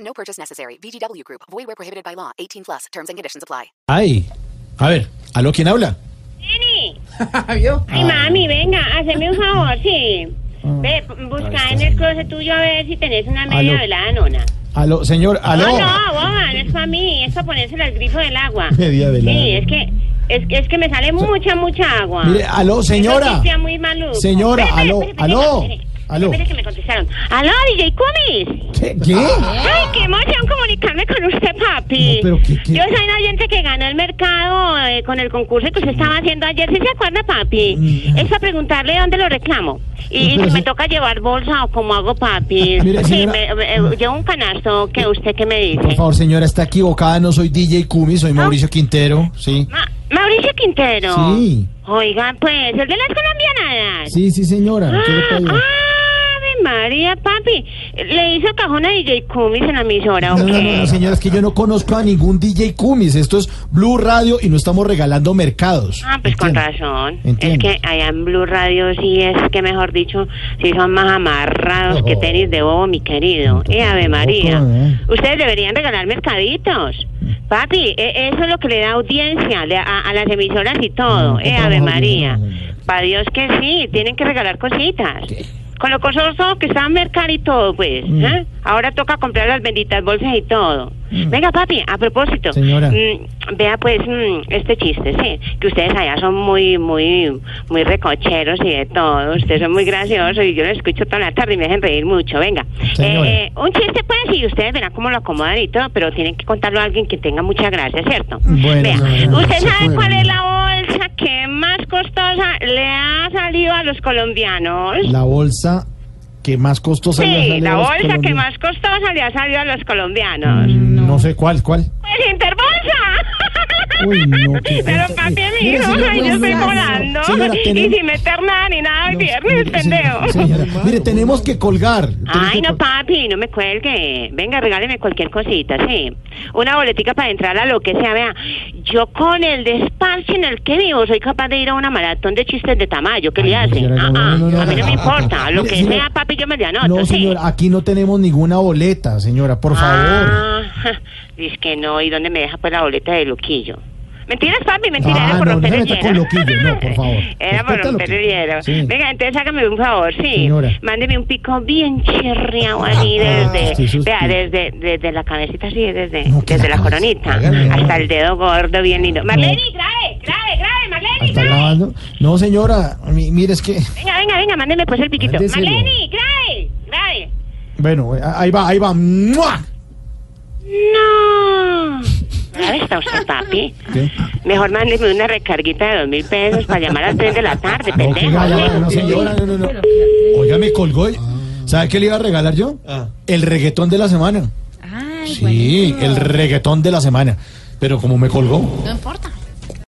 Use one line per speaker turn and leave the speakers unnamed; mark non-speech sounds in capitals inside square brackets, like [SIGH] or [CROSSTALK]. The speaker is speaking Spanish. No purchase necessary. VGW Group. Void where prohibited by law. 18 plus. Terms and conditions apply.
Ay, a ver, ¿aló quién habla?
Nini. Ay, mami, venga, hazme un favor, sí.
Ah.
Ve, busca en el closet tuyo a ver si tenés una media
Aló.
velada, nona.
Aló, señor, aló.
No, no, boba, no es para mí, es para ponérsela al grifo del agua.
Media velada.
Sí, es que, es, que- es que me sale mucha, mucha agua.
Mire, aló,
Eso
señora.
sí está muy maluco.
Señora,
Espere,
aló,
espere, espere,
aló,
espere, espere.
aló.
Espere que me contestaron. Aló, DJ Cumis.
¿Qué? ¿Qué?
Ay, qué emoción comunicarme con usted, papi.
No, pero ¿qué- qué?
Yo soy una oyente que ganó el mercado eh, con el concurso que usted
Mm.
estaba haciendo ayer. ¿Sí se acuerda, papi? Es para preguntarle dónde lo reclamo. Y,
No, Mm. pero
si me
si-
toca llevar bolsa o cómo hago, papi.
Mire,
sí,
señora-
me- me- eh, llevo un canasto que usted que me
Por
dice.
favor, señora, está equivocada, no soy DJ Kumi, soy
Ah.
Mauricio Quintero, sí.
Ma- Mauricio Quintero.
Sí.
Oiga, pues, el de las colombianas. Ah,
Sí, sí, señora. ¿en ¿Qué le puedo ayudar?
Ave María, papi. ¿Le hizo cajón a DJ Cumis en la emisora o
No, no,
qué?
no, no, señora, es que yo no conozco a ningún DJ Kumis. Esto es Blue Radio y no estamos regalando mercados.
Ah, pues con
¿Entiende?
razón.
Entiendo.
Es que allá en Blue Radio sí es que, mejor dicho, sí son más amarrados que
Oh.
tenis de bobo, mi querido. Eh, Ave María.
eh.
Ustedes deberían regalar mercaditos. Papi, e- eso es lo que le da audiencia le- a, a las emisoras y todo.
No, qué
eh, Ave
trabajo,
María.
Dios, Dios.
Pa' Dios que sí, tienen que regalar cositas. Con lo costoso que está mercar y todo, pues.
Mm.
¿eh? Ahora toca comprar las benditas bolsas y todo. Venga, papi, a propósito.
Mm. Señora.
Mm, vea pues mm, este chiste, sí, que ustedes allá son muy, muy, muy recocheros y de todo. Ustedes son muy graciosos y yo los escucho toda la tarde y me hacen reír mucho. Venga,
Señora.
Eh, eh, un chiste pues y ustedes verán cómo lo acomodan y todo, pero tienen que contarlo a alguien que tenga mucha gracia, ¿cierto?
Bueno,
Vea,
no, no,
¿usted
se
sabe
puede.
cuál es la bolsa que más costosa le ha salido a los colombianos?
La bolsa que más costosa le ha
sí,
salido
la
a los
bolsa que
colombianos.
más Mm, costosa le ha salido a los colombianos.
No. sé cuál, cuál.
Pues Interbolsa.
[LAUGHS] Uy, no, qué
Pero
cosa.
papi, mi
Mire,
hijo,
señora,
ay, yo
no,
estoy
señora,
volando.
señora,
y
tenemos-
sin meter nada ni nada el
No,
viernes,
mire, señora,
pendejo.
señora, [LAUGHS] mire, tenemos que colgar. Tenemos
Ay,
que
no,
col-
papi, no me cuelgue. Venga, regáleme cualquier cosita, sí. Una boletica para entrar a lo que sea. Vea, yo con el despacho en el que vivo soy capaz de ir a una maratón de chistes de tamaño. ¿Qué le
Ay,
hacen?
señora,
Ah,
no,
ah,
no, no,
a mí no
no,
me
no,
importa.
no, [LAUGHS]
Lo
mire,
que
señora-
sea, papi, yo me le anoto,
No,
sí.
señora, aquí no tenemos ninguna boleta, señora, por favor.
Ah, [LAUGHS] dice que no, ¿y dónde me deja pues la boleta de Loquillo? Mentiras, papi, mentiras,
Ah,
era
no,
por
no
romper
me
el
meta
hielo.
con Loquillo, no, por favor.
[LAUGHS] Era
Respeta
por
a
romper el
Loquillo.
hielo.
Sí.
Venga, entonces hágame un favor, sí.
Señora.
Mándeme un pico bien chirriado así
Ah,
desde,
estoy susto.
vea, desde, desde la cabecita así, desde,
No, que
desde
la
la,
cabeza.
coronita
Hágale,
hasta
hágale.
el dedo gordo bien lindo. Marlene, grave, grave, grave, Marlene,
Está
grave.
lavando. No, señora, mi- mire, es que.
Venga, venga, venga, mándeme pues el piquito.
Mándeselo.
Marlene, grave, grave.
Bueno, eh, ahí va, ahí va. ¡Mua!
No. Grave está usted, papi.
¿Qué?
Mejor mándeme una recarguita de dos mil pesos para llamar a las tres de la tarde,
No, qué
pendejo.
gala, no, señora, no, no, no. Oiga, me colgó. y- ¿Sabe qué le iba a regalar yo? El reggaetón de la semana.
Ay,
Sí, el reggaetón de la semana. Pero como me colgó.
No importa.